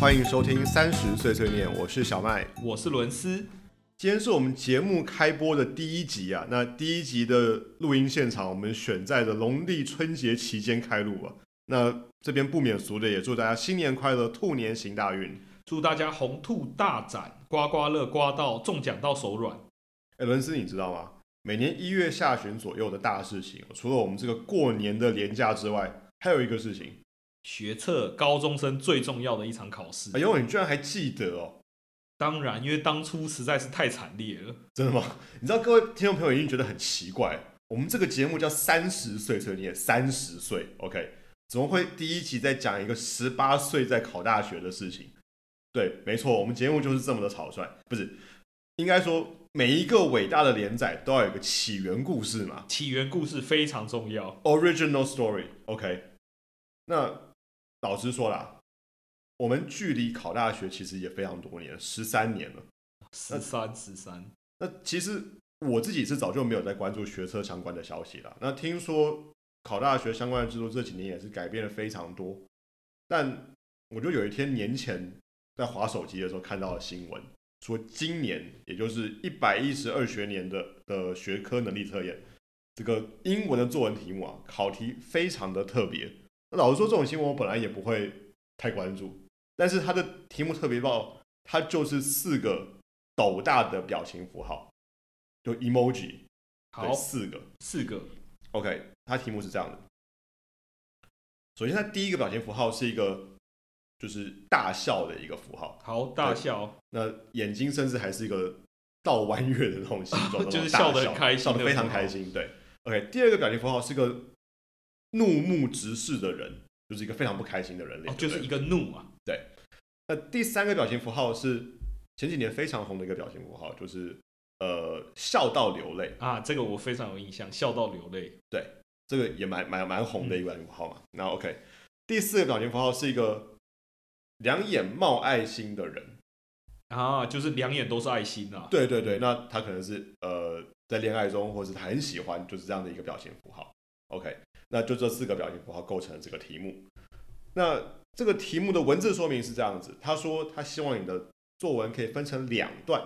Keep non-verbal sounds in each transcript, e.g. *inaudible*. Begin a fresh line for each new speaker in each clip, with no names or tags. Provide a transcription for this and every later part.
欢迎收听《三十碎碎念》，我是小麦。
我是伦斯，
今天是我们节目开播的第一集啊，那第一集的录音现场我们选在了农历春节期间开录啊。那这边不免俗的也祝大家新年快乐，兔年行大运。
祝大家红兔大展，刮刮乐刮到中奖到手软。
哎，伦斯，你知道吗？每年一月下旬左右的大事情，除了我们这个过年的年假之外，还有一个事情。
学测高中生最重要的一场考试
哎，呦，你居然还记得哦！
当然，因为当初实在是太惨烈了。
真的吗？ *laughs* 你知道各位听众朋友一定觉得很奇怪，我们这个节目叫三十岁碎念，三十岁，OK，怎么会第一集在讲一个十八岁在考大学的事情？对，没错，我们节目就是这么的草率，不是？应该说每一个伟大的连载都要有一个起源故事嘛
起源故事非常重要，
，original story，OK、那老实说啦，我们距离考大学其实也非常多年了，十三年了。
十三十三，
那其实我自己是早就没有在关注学车相关的消息了。那听说考大学相关的制度这几年也是改变了非常多，但我就有一天年前在划手机的时候看到了新闻，说今年也就是一百一十二学年的的学科能力测验，这个英文的作文题目啊，考题非常的特别。那老实说，这种新闻我本来也不会太关注，但是它的题目特别爆，它就是四个斗大的表情符号，就 emoji，
好
对，，四个。
四个
OK，它题目是这样的。首先，它第一个表情符号是一个就是大笑的一个符号，
好大笑，
那眼睛甚至还是一个倒弯月的那种
*laughs*
形状，
就是
那种大笑
笑得很开心
笑得非
那
常
种
开心。对，OK，第二个表情符号是一个怒目直视的人，就是一个非常不开心的人类，
哦，
对
就
不对
是一个怒啊，
那第三个表情符号是前几年非常红的一个表情符号，就是呃笑到流泪，
啊，这个我非常有印象，笑到流泪。
这个也蛮蛮蛮红的一个表情符号嘛。那 OK，第四个表情符号是一个两眼冒爱心的人，
啊，就是两眼都是爱心啊！
对对对，那他可能是呃在恋爱中，或是他很喜欢，就是这样的一个表情符号。OK，那就这四个表情符号构成了这个题目。那这个题目的文字说明是这样子，他说他希望你的作文可以分成两段，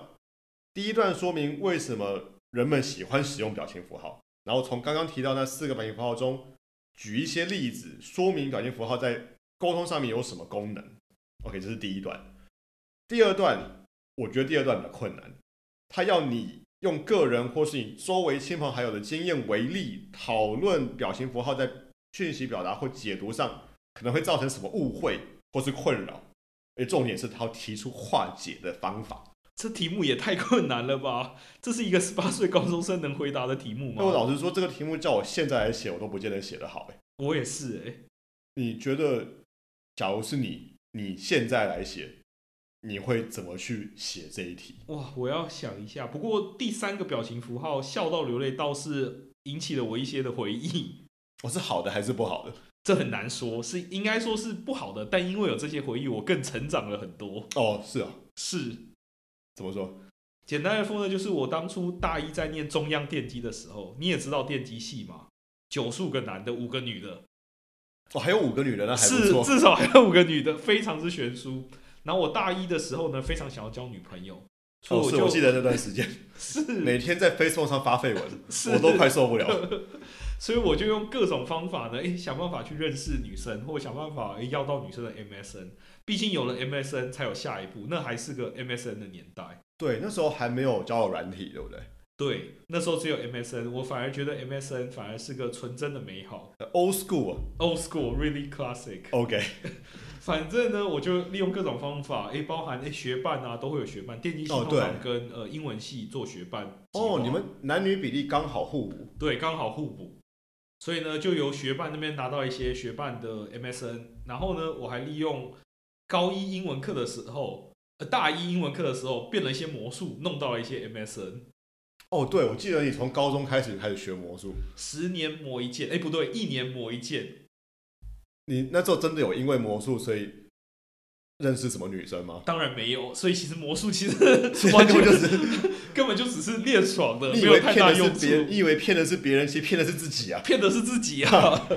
第一段说明为什么人们喜欢使用表情符号，然后从刚刚提到那四个表情符号中举一些例子，说明表情符号在沟通上面有什么功能。OK，这是第一段。第二段，我觉得第二段比较困难，他要你用个人或是你周围亲朋好友的经验为例，讨论表情符号在讯息表达或解读上可能会造成什么误会或是困扰，而重点是他要提出化解的方法。
这题目也太困难了吧？这是一个十八岁高中生能回答的题目
哎那我
吗？
老实说，这个题目叫我现在来写，我都不见得写得好、欸。
我也是哎、
你觉得，假如是你，你现在来写，你会怎么去写这一题？
哇，我要想一下。不过第三个表情符号笑到流泪倒是引起了我一些的回忆， *laughs*
我、是好的还是不好的？
这很难说，是应该说是不好的。但因为有这些回忆，我更成长了很多。
哦，是啊，
是，
怎么说？
简单的说呢，就是我当初大一在念中央电机的时候，你也知道电机系嘛，九十五个男的，五个女的，
哦，还有五个女人，那还不
是
错。
至少还有五个女的，非常之悬殊。然后我大一的时候呢，非常想要交女朋友，所以
哦，
我
是
就、
我记得那段时间，
是
*laughs* 每天在 Facebook 上发绯闻，
是
我都快受不了。
所以我就用各种方法呢，诶，想办法去认识女生，或想办法诶要到女生的 MSN。毕竟有了 MSN 才有下一步，那还是个 MSN 的年代。
对，那时候还没有交友软体，对不对？
对，那时候只有 MSN，我反而觉得 MSN 反而是个纯真的美好
呃 Old school 啊
，old school，really classic。
，OK，
反正呢，我就利用各种方法，诶，包含诶学伴啊，都会有学伴，电机系
哦
通
对
常跟、呃英文系做学伴。
哦，你们男女比例刚好互补，
对，刚好互补。所以呢，就由学伴那边拿到一些学伴的 MSN，然后呢，我还利用高一英文课的时候，呃，大一英文课的时候变了一些魔术，弄到了一些 MSN。
哦，对，我记得你从高中开始开始学魔术，
十年磨一剑，哎、不对，一年磨一剑。
你那时候真的有因为魔术所以认识什么女生吗？
当然没有，所以其实魔
*laughs*
术其实
完
*laughs*
全
完全
就是
根本就只是练爽的，
*laughs* 你
没
以
有
为
太
骗
大
的
用
是
处
别。人，你以为骗的是别人，其实骗的是自己啊！
*laughs* 骗的是自己啊。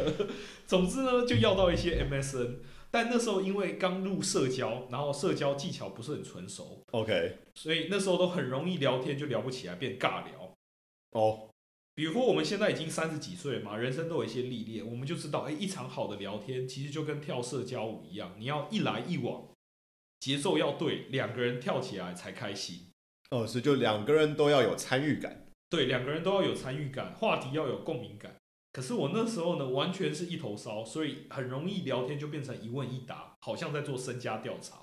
总之呢，就要到一些 MSN，但那时候因为刚入社交，然后社交技巧不是很纯熟，
OK，
所以那时候都很容易聊天就聊不起来，变尬聊。
哦，
比如说我们现在已经三十几岁了嘛，人生都有一些历练，我们就知道，哎、一场好的聊天其实就跟跳社交舞一样，你要一来一往，节奏要对，两个人跳起来才开心。
哦，是就两个人都要有参与感。
对，两个人都要有参与感，话题要有共鸣感。可是我那时候呢，完全是一头烧，所以很容易聊天就变成一问一答，好像在做身家调查。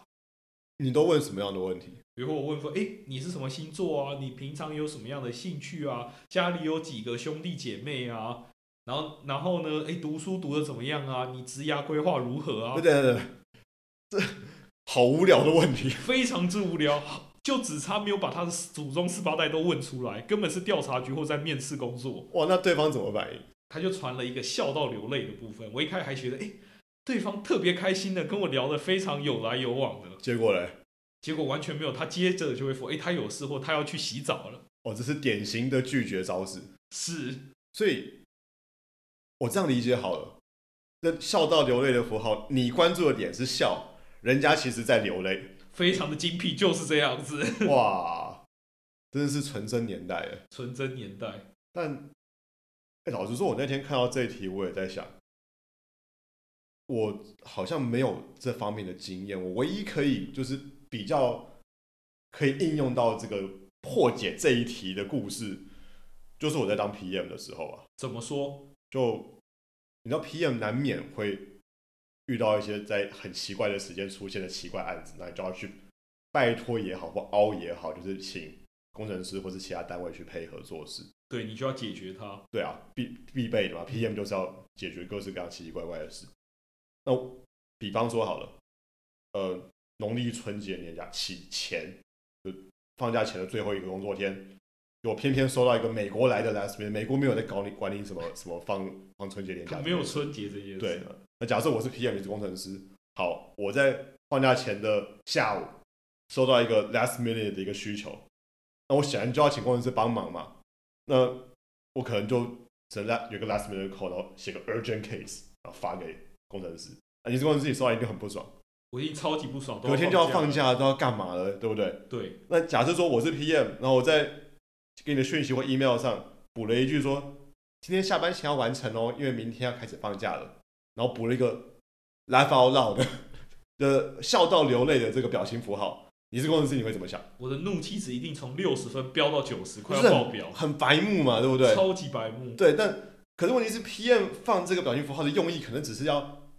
你都问什么样的问题？
比如说我问说，哎、你是什么星座啊？你平常有什么样的兴趣啊？家里有几个兄弟姐妹啊？然后，然后呢？哎、读书读的怎么样啊？你职涯规划如何啊
不？对，对对，这好无聊的问题。
非常之无聊，就只差没有把他的祖宗十八代都问出来，根本是调查局或在面试工作。
哇，那对方怎么反应？
他就传了一个笑到流泪的部分。我一开始还觉得，哎、对方特别开心的跟我聊得非常有来有往的，
结果嘞，
结果完全没有。他接着就会说，哎、他有事或他要去洗澡了。
哦，这是典型的拒绝招式。
是，
所以，我这样理解好了，那笑到流泪的符号，你关注的点是笑，人家其实在流泪。
非常的精辟，就是这样 *laughs* 子。
哇，真的是纯真年代了。
纯真年代，
但，哎、老实说，我那天看到这一题，我也在想，我好像没有这方面的经验。我唯一可以就是比较可以应用到这个破解这一题的故事，就是我在当 PM 的时候啊，
怎么说？
就你知道 PM 难免会遇到一些在很奇怪的时间出现的奇怪案子，那你就要去拜托也好，或凹也好，就是请工程师或是其他单位去配合做事。
对你就要解决它。
对啊，必必备的嘛。PM 就是要解决各式各样奇奇怪怪的事。那比方说好了，呃，农历春节年假期前，就放假前的最后一个工作天，我偏偏收到一个美国来的 last minute，美国没有在搞你管理什么什么放放春节年假
它
之类的，
没有春节这件事。
对，那假设我是 PM 也是工程师，好，我在放假前的下午收到一个 last minute 的一个需求，那我显然就要请工程师帮忙嘛。那我可能就只能在有一个 last minute call，然后写个 urgent case，然后发给工程师。啊，你是工程师，你收到一定很不爽，
我一定超级不爽。都
隔天就要
放
放。假，都要干嘛了，对不对？
对，
那假设说我是 PM，然后我在给你的讯息或 email 上补了一句说，今天下班前要完成哦，因为明天要开始放假了，然后补了一个 laugh out loud 的的笑到流泪的这个表情符号，你是工程师你会怎么想？
我的怒气值一定从六十分飙到九十，快
就
要
是很
爆表，
很白目嘛，对不对？
超级白目。
对，但可是问题是 PM 放这个表情符号的用意可能只是要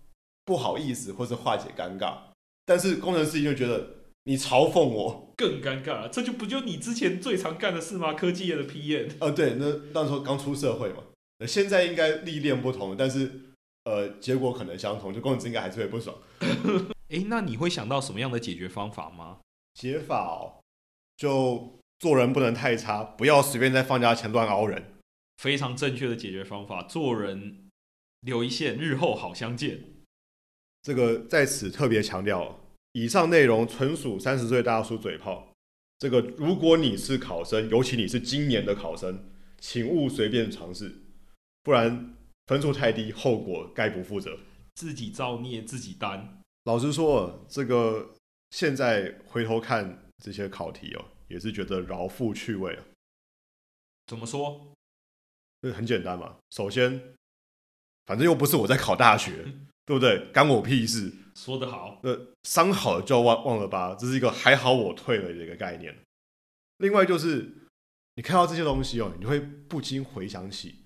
不好意思或是化解尴尬，但是工程师一定会觉得你嘲讽我，
更尴尬了，这就不就你之前最常干的事吗？科技业的 E PM，
呃，对，那那时候刚出社会嘛，呃现在应该历练不同，但是呃，结果可能相同，就工资应该还是会不爽。
哎、那你会想到什么样的解决方法吗？
解法哦，就做人不能太差，不要随便在放假前乱熬人。
非常正确的解决方法，做人留一线，日后好相见。
这个在此特别强调哦，以上内容纯属三十岁大叔嘴炮。这个如果你是考生，尤其你是今年的考生，请勿随便尝试，不然分数太低，后果概不负责。
自己造孽自己担，
老实说，这个现在回头看这些考题哦，也是觉得饶富趣味啊。
怎么说？
这很简单嘛。首先，反正又不是我在考大学，对不对？干我屁事。
说得好，
那伤好了就要忘忘了吧，这是一个还好我退了的一个概念。另外就是，你看到这些东西哦，你就会不禁回想起，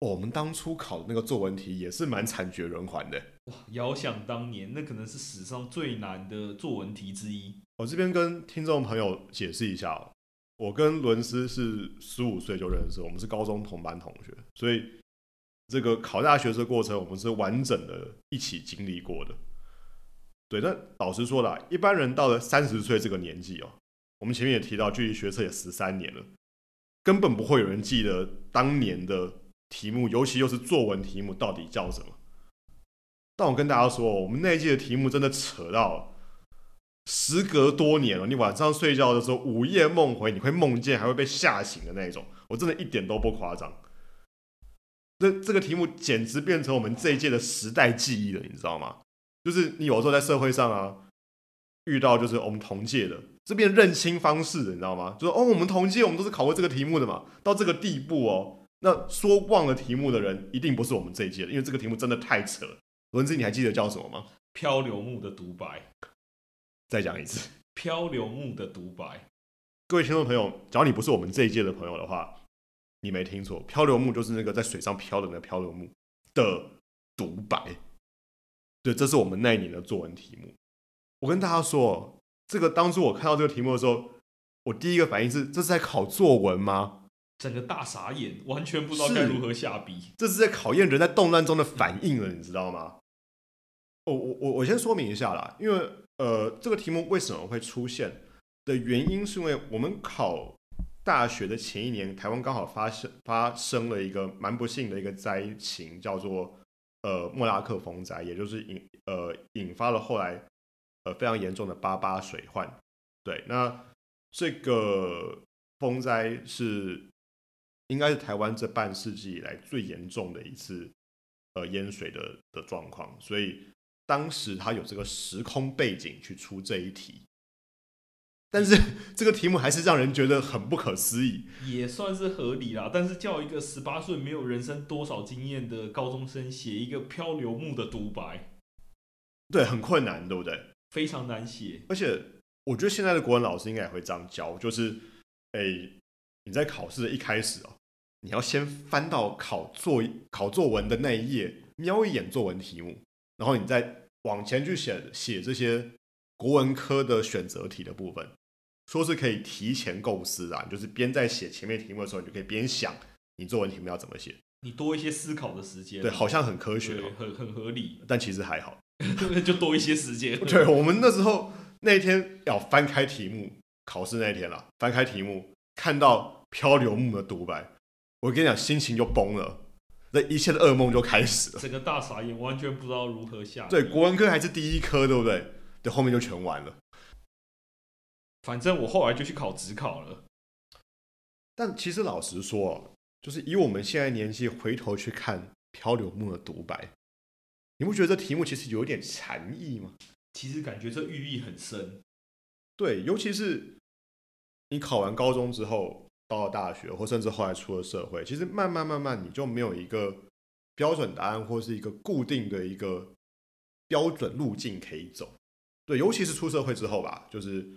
哦我们当初考的那个作文题也是蛮惨绝人寰的。
遥想当年，那可能是史上最难的作文题之一。
我这边跟听众朋友解释一下哦，我跟伦斯是十五岁就认识，我们是高中同班同学，所以这个考大学这个过程，我们是完整的一起经历过的。对，那老实说啦，一般人到了三十岁这个年纪哦，我们前面也提到，距离学测也十三年了，根本不会有人记得当年的题目，尤其又是作文题目到底叫什么。但我跟大家说哦，我们那一届的题目真的扯到了时隔多年了，你晚上睡觉的时候午夜梦回，你会梦见还会被吓醒的那一种，我真的一点都不夸张。那这个题目简直变成我们这一届的时代记忆了，你知道吗？就是你有时候在社会上啊，遇到就是我们同届的，这边认清方式的，你知道吗？就是哦，我们同届，我们都是考过这个题目的嘛，到这个地步哦，那说忘了题目的人一定不是我们这一届的，因为这个题目真的太扯了。文字，你还记得叫什么吗？
漂流木的独白，
再讲一次。
漂流木的独白，
各位听众朋友，只要你不是我们这一届的朋友的话，你没听错，漂流木就是那个在水上漂的那个漂流木的独白。对，这是我们那一年的作文题目。我跟大家说哦，这个当初我看到这个题目的时候，我第一个反应是：这是在考作文吗？
整个大傻眼，完全不知道该
是
如何下笔。
这是在考验人在动乱中的反应了，你知道吗？哦，我我我先说明一下啦，因为呃，这个题目为什么会出现的原因，是因为我们考大学的前一年，台湾刚好发生发生了一个蛮不幸的一个灾情，叫做呃莫拉克风灾，也就是引呃引发了后来呃非常严重的八八水患。对，那这个风灾是应该是台湾这半世纪以来最严重的一次呃淹水的的状况，所以当时他有这个时空背景去出这一题，但是 *laughs* 这个题目还是让人觉得很不可思议。
也算是合理啦，但是叫一个十八岁没有人生多少经验的高中生写一个漂流木的独白，
对，很困难，对不对？
非常难写。
而且我觉得现在的国文老师应该也会这样教，就是，哎、你在考试的一开始哦，你要先翻到考作考作文的那一页，瞄一眼作文题目，然后你再往前去写写这些国文科的选择题的部分，说是可以提前构思啊，你就是边在写前面题目的时候，你就可以边想你作文题目要怎么写，
你多一些思考的时间，
对，好像很科学、
对
哦，
很很合理， *laughs*
但其实还好。
就多一些时间。
*laughs* 对我们那时候那一天要翻开题目，考试那一天啦，翻开题目看到漂流木的独白，我跟你讲，心情就崩了，那一切的噩梦就开始了。
整个大傻眼，完全不知道如何下笔。
对，国文科还是第一科，对不对？对，后面就全完了。
反正我后来就去考职考了。
但其实老实说哦，就是以我们现在年纪回头去看漂流木的独白，你不觉得这题目其实有一点禅意吗？
其实感觉这寓意很深，
对，尤其是你考完高中之后，到了大学，或甚至后来出了社会，其实慢慢慢慢，你就没有一个标准答案或是一个固定的一个标准路径可以走。对，尤其是出社会之后吧，就是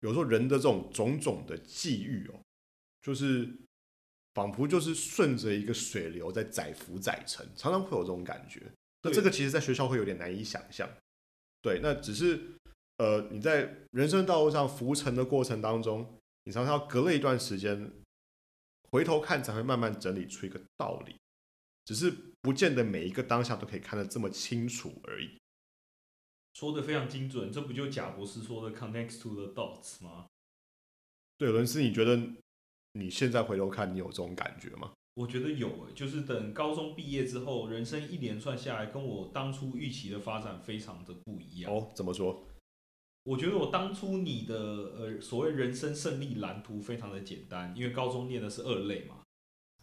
有时候人的这种种种的际遇哦，就是仿佛就是顺着一个水流在载浮载沉，常常会有这种感觉。那
对
这个其实在学校会有点难以想象。对，那只是呃，你在人生道路上浮沉的过程当中，你常常要隔了一段时间回头看，才会慢慢整理出一个道理。只是不见得每一个当下都可以看得这么清楚而已。
说的非常精准。这不就贾博士说的 “connects to the dots” 吗？
对，伦斯，你觉得你现在回头看，你有这种感觉吗？
我觉得有诶、就是等高中毕业之后，人生一连串下来，跟我当初预期的发展非常的不一样。
哦，怎么说？
我觉得我当初你的呃所谓人生胜利蓝图非常的简单，因为高中念的是二类嘛，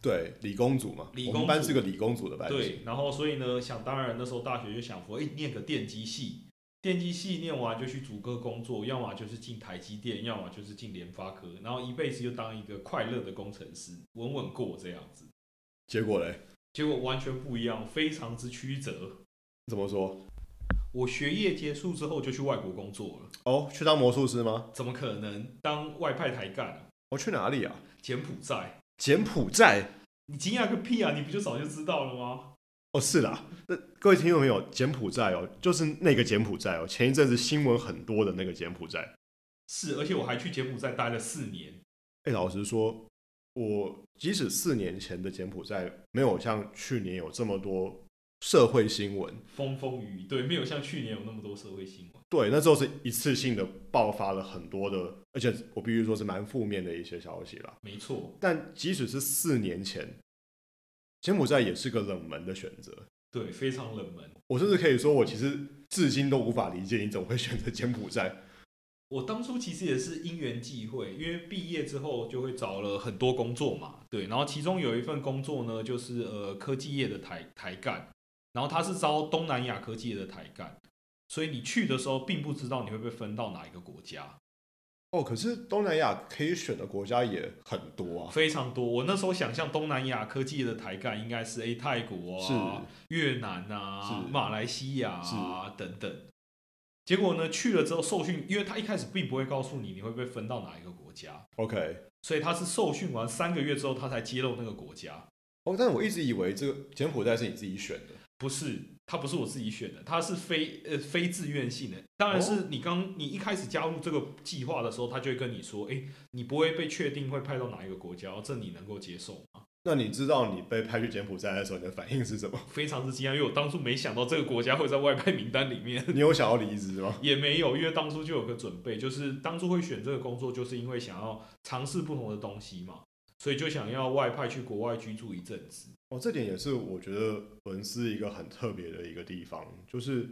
对，理工组嘛，
理
我
工
们班
组
是个理工组的班级。
对，然后所以呢，想当然那时候大学就想说，哎、念个电机系，电机系念完就去主科工作，要么就是进台积电，要么就是进联发科，然后一辈子就当一个快乐的工程师，稳稳过这样子。
结果嘞，
结果完全不一样，非常之曲折。
怎么说？
我学业结束之后就去外国工作了，
哦，去当魔术师吗？
怎么可能当外派台干啊？
哦，去哪里啊？
柬埔寨，
柬埔寨。
你惊讶个屁啊！你不就早就知道了吗？
哦，是啦。那各位听众朋友，柬埔寨哦，就是那个柬埔寨哦，前一阵子新闻很多的那个柬埔寨。
是，而且我还去柬埔寨待了四年，
哎，老实说，我即使四年前的柬埔寨没有像去年有这么多社会新闻，
风风雨雨，对，没有像去年有那么多社会新闻。
对，那时候是一次性的爆发了很多的，而且我必须说是蛮负面的一些消息啦。
没错，
但即使是四年前，柬埔寨也是个冷门的选择。
对，非常冷门。
我甚至可以说，我其实至今都无法理解你怎么会选择柬埔寨。
我当初其实也是因缘际会，因为毕业之后就会找了很多工作嘛，对，然后其中有一份工作呢，就是呃科技业的台台干，然后他是招东南亚科技业的台干，所以你去的时候并不知道你会被分到哪一个国家，
哦，可是东南亚可以选的国家也很多啊，
非常多。我那时候想象东南亚科技的台干应该是 A 泰国
是
啊、越南啊、
是
马来西亚啊等等。结果呢，去了之后受训，因为他一开始并不会告诉你你会被分到哪一个国家，
，OK。
所以他是受训完三个月之后他才揭露那个国家。
哦，但我一直以为这个柬埔寨是你自己选的，
不是，它不是我自己选的，它是非呃非自愿性的。当然是你刚、你一开始加入这个计划的时候，他就会跟你说，哎、你不会被确定会派到哪一个国家，这你能够接受吗？
那你知道你被派去柬埔寨的时候，你的反应是什么？ *laughs*
非常之惊讶，因为我当初没想到这个国家会在外派名单里面， *laughs*
你有想要离职吗？
也没有，因为当初就有个准备，就是当初会选这个工作，就是因为想要尝试不同的东西嘛，所以就想要外派去国外居住一阵子。
哦，这点也是我觉得文斯一个很特别的一个地方，就是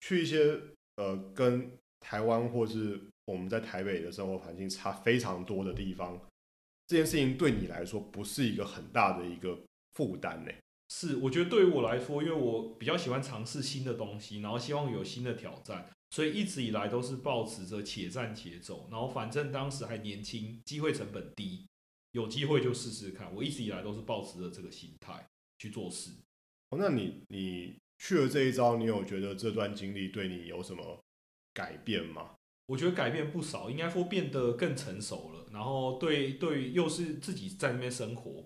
去一些呃跟台湾或是我们在台北的生活环境差非常多的地方，这件事情对你来说不是一个很大的一个负担呢。
是，我觉得对于我来说，因为我比较喜欢尝试新的东西，然后希望有新的挑战，所以一直以来都是保持着且战且走。然后反正当时还年轻，机会成本低，有机会就试试看。我一直以来都是保持着这个心态去做事。
哦，那你你去了这一招，你有觉得这段经历对你有什么改变吗？
我觉得改变不少，应该说变得更成熟了。然后对对于，又是自己在那边生活，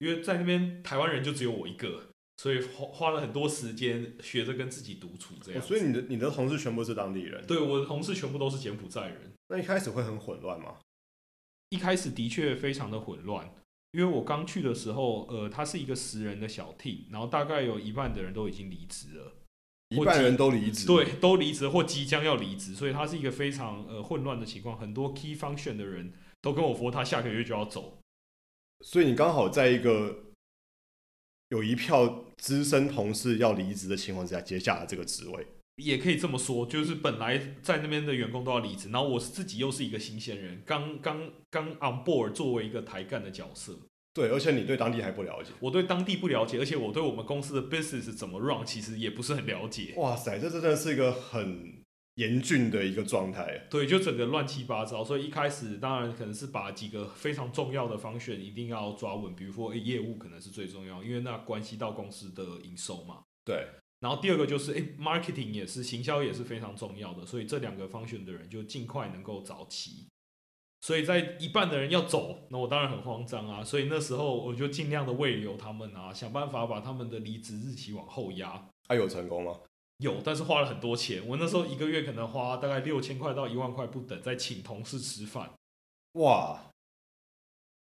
因为在那边台湾人就只有我一个，所以花花了很多时间学着跟自己独处这
哦
样子。
所以你的你的同事全部是当地人，
对，我的同事全部都是柬埔寨人。
那一开始会很混乱吗？
一开始的确非常的混乱，因为我刚去的时候，呃，它是一个十人的小 team，然后大概有一半的人都已经离职了，
一半人都离职，
对，都离职或即将要离职，所以它是一个非常呃混乱的情况。很多 key function 的人都跟我说，他下个月就要走，
所以你刚好在一个有一票资深同事要离职的情况之下接下了这个职位。
也可以这么说，就是本来在那边的员工都要离职，然后我自己又是一个新鲜人，刚刚刚 on board 作为一个抬干的角色，
对，而且你对当地还不了解。
我对当地不了解，而且我对我们公司的 business 怎么 run 其实也不是很了解。
哇塞，这真的是一个很严峻的一个状态。
对，就整个乱七八糟，所以一开始当然可能是把几个非常重要的方选一定要抓稳，比如说、诶业务可能是最重要，因为那关系到公司的营收嘛。
对，
然后第二个就是诶 m a r k e t i n g 也是行销也是非常重要的，所以这两个方选的人就尽快能够找齐。所以在一半的人要走，那我当然很慌张啊，所以那时候我就尽量的慰留他们啊，想办法把他们的离职日期往后压。
他、啊有成功吗？
有，但是花了很多钱。我那时候一个月可能花大概六千块到一万块不等，在请同事吃饭。
哇，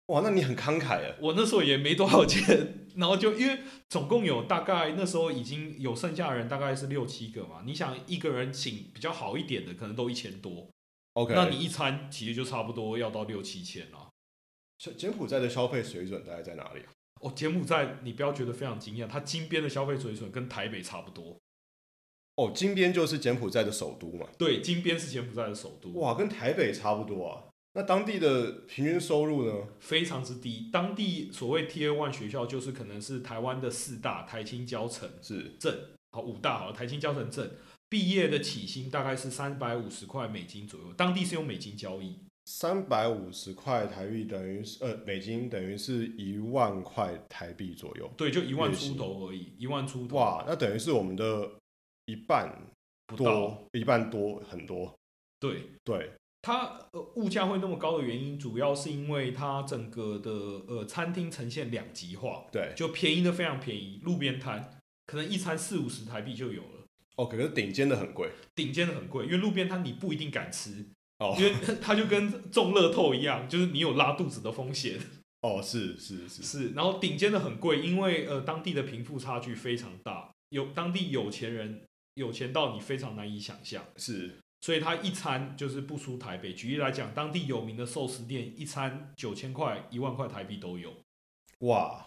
哇，那你很慷慨哎。
我那时候也没多少钱， *laughs* 然后就因为总共有大概那时候已经有剩下的人大概是六七个嘛。你想一个人请比较好一点的，可能都一千多，
OK，
那你一餐其实就差不多要到六七千了。
小柬埔寨的消费水准大概在哪里啊？
哦，柬埔寨你不要觉得非常惊讶，它金边的消费水准跟台北差不多。
哦，金边就是柬埔寨的首都嘛。
对，金边是柬埔寨的首都。
哇，跟台北差不多啊。那当地的平均收入呢？
非常之低。当地所谓 Tier One 学校，就是可能是台湾的四大台青教城
是
镇，好五大好了，台青教城镇毕业的起薪大概是三百五十块美金左右，当地是用美金交易，
三百五十块台币等于是呃美金等于是一万块台币左右。
对，就一万
月薪
出头而已，一万出头，
哇，那等于是我们的一半
不到，
多，一半多很多。
对。
对，
它呃物价会那么高的原因，主要是因为它整个的呃餐厅呈现两极化，
对。
就便宜的非常便宜，路边摊可能一餐四五十台币就有了。
哦，可是顶尖的很贵。
顶尖的很贵，因为路边摊你不一定敢吃，
哦
因为它就跟中乐透一样，就是你有拉肚子的风险。
哦，是是是，
是，然后顶尖的很贵，因为呃当地的贫富差距非常大，有当地有钱人有钱到你非常难以想象，
是
所以他一餐就是不输台北。举例来讲，当地有名的寿司店一餐九千块、一万块台币都有。
哇，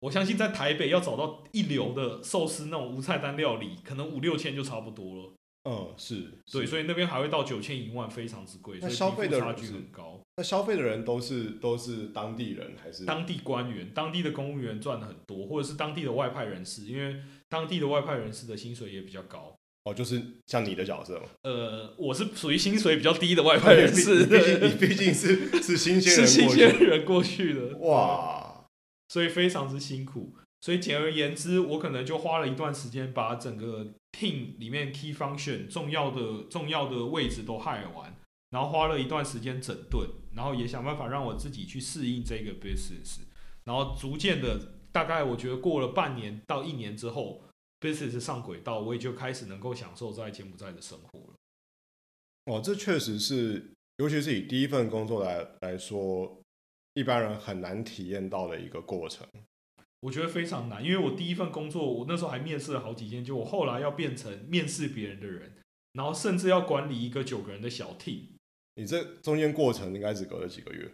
我相信在台北要找到一流的寿司那种无菜单料理，可能五六千就差不多了。
嗯是，
对，
是
所以那边还会到九千一万，非常之贵，
那
所以
消
贫富
费的
差
人
距
是
很高。
那消费的人都是都是当地人还是？
当地官员、当地的公务员赚的很多，或者是当地的外派人士，因为当地的外派人士的薪水也比较高。
哦，就是像你的角色嘛，
呃，我是属于薪水比较低的外派人
*laughs*
士，
毕竟你毕竟是是新鲜
是
人
新
过
鲜
去，
人过去 *laughs* 的，
哇，
所以非常之辛苦。所以简而言之，我可能就花了一段时间把整个 team 里面 key function 重要的重要的位置都害完，然后花了一段时间整顿，然后也想办法让我自己去适应这个 business，然后逐渐的，大概我觉得过了半年到一年之后，business 上轨道，我也就开始能够享受在柬埔寨的生活了。
哦，这确实是，尤其是以第一份工作来来说，一般人很难体验到的一个过程。
我觉得非常难，因为我第一份工作，我那时候还面试了好几间，就我后来要变成面试别人的人，然后甚至要管理一个九个人的小 team，
你这中间过程应该只隔了几个月，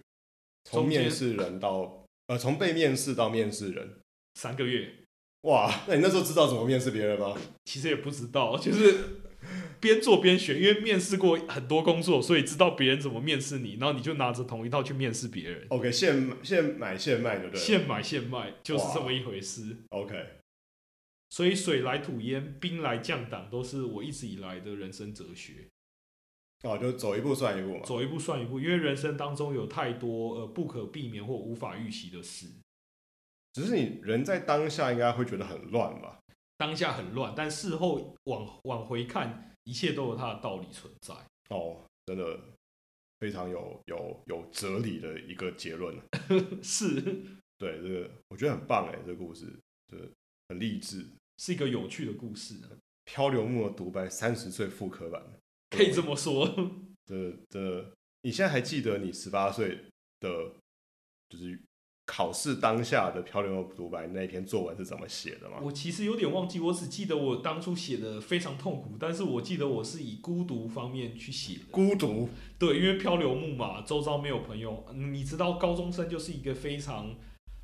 从
中间
面试人到呃，从被面试到面试人，
三个月，
哇，那你那时候知道怎么面试别人吗？
其实也不知道，就是 *laughs* 边做边学，因为面试过很多工作，所以知道别人怎么面试你，然后你就拿着同一套去面试别人，
OK，现现买现卖就对了。
现买现卖就是这
哇
么一回事。
OK，
所以水来土掩，兵来将挡，都是我一直以来的人生哲学。
哦，就走一步算一步嘛。
走一步算一步，因为人生当中有太多呃不可避免或无法预期的事。
只是你人在当下应该会觉得很乱吧？
当下很乱，但事后往往回看，一切都有它的道理存在。 *laughs*
哦，真的非常有有有哲理的一个结论。啊
是
对，这个我觉得很棒哎，这个故事就是很励志。
是一个有趣的故事，啊
漂流木的独白三十岁复刻版，
可以这么说。
这这，你现在还记得你十八岁的，就是考试当下的漂流木独白那一篇作文是怎么写的吗？
*laughs* 我其实有点忘记，我只记得我当初写的非常痛苦，但是我记得我是以孤独方面去写的。
孤独
对，因为漂流木嘛，周遭没有朋友，嗯你知道，高中生就是一个非常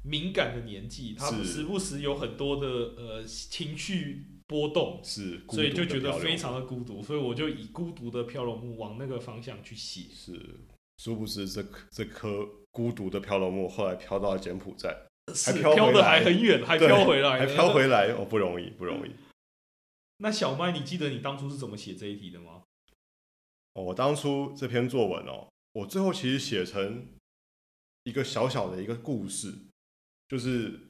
敏感的年纪，他
是
时不时有很多的呃情绪波动，
是孤独的漂流木，
所以就觉得非常的孤独，所以我就以孤独的漂流木往那个方向去写。
是。殊不知这这颗孤独的漂流木后来漂到了柬埔寨，
是
飘回
飘的
来
还很远，还
对
飘回来，
还飘。回来哦，不容易，不容易。
那小麦，你记得你当初是怎么写这一题的吗？
哦，我当初这篇作文哦，我最后其实写成一个小小的一个故事，就是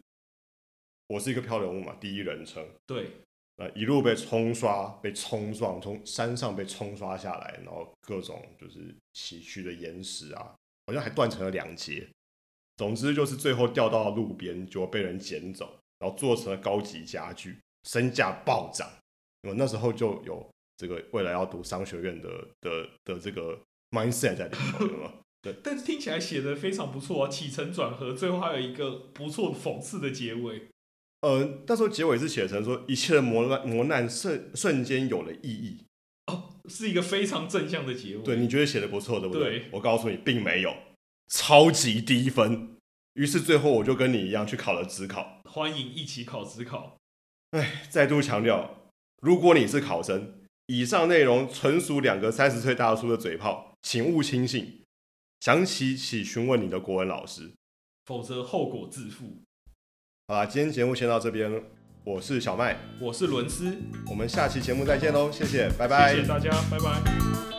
我是一个漂流木嘛，第一人称，
对，
呃，一路被冲刷、被冲撞，从山上被冲刷下来，然后各种就是崎岖的岩石啊，好像还断成了两截。总之就是最后掉到路边，结果被人捡走，然后做成了高级家具，身价暴涨。我那时候就有这个未来要读商学院的的的这个 mindset 在里头，有没有
但是听起来写的非常不错啊，起承转合，最后还有一个不错讽刺的结尾。
呃，那时候结尾是写成说一切的磨难磨难瞬瞬间有了意义，
哦，是一个非常正向的结尾。
对，你觉得写的不错，对不对？
对
我告诉你，并没有，超级低分。于是最后我就跟你一样去考了职考。
欢迎一起考职考。
再度强调，如果你是考生，以上内容纯属两个三十岁大叔的嘴炮，请勿轻信。详情请询问你的国文老师。
否则后果自负。
好啦，今天节目先到这边，我是小麦，
我是伦斯，
我们下期节目再见喽，谢谢，拜拜。
谢谢大家，拜拜。